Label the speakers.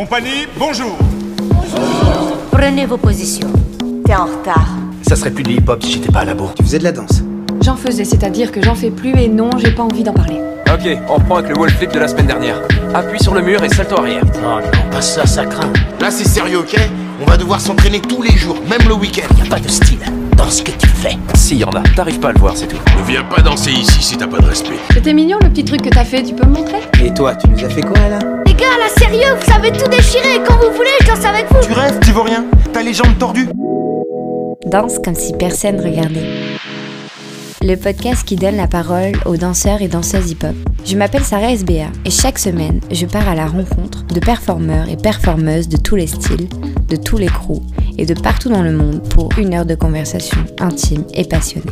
Speaker 1: Compagnie, bonjour
Speaker 2: Prenez vos positions. T'es en retard.
Speaker 3: Ça serait plus du hip-hop si j'étais pas à la bourre.
Speaker 4: Tu faisais de la danse.
Speaker 5: J'en faisais, c'est-à-dire que j'en fais plus et non, j'ai pas envie d'en parler.
Speaker 6: Ok, on reprend avec le wall flip de la semaine dernière. Appuie sur le mur et salto arrière.
Speaker 3: Oh non, pas ça, ça craint.
Speaker 7: Là, c'est sérieux, ok On va devoir s'entraîner tous les jours, même le week-end.
Speaker 3: Y a pas de style dans ce que tu fais.
Speaker 6: Si, y en a. T'arrives pas à le voir, c'est tout.
Speaker 8: Ne viens pas danser ici si t'as pas de respect.
Speaker 5: C'était mignon le petit truc que t'as fait, tu peux me montrer
Speaker 4: Et toi, tu nous as fait quoi là
Speaker 9: Les gars, là, sérieux, vous savez tout déchirer. Quand vous voulez, je danse avec vous.
Speaker 7: Tu rêves, tu vaux rien. T'as les jambes tordues.
Speaker 10: Danse comme si personne regardait. Le podcast qui donne la parole aux danseurs et danseuses hip-hop. Je m'appelle Sarah SBA et chaque semaine, je pars à la rencontre de performeurs et performeuses de tous les styles, de tous les crews et de partout dans le monde pour une heure de conversation intime et passionnée.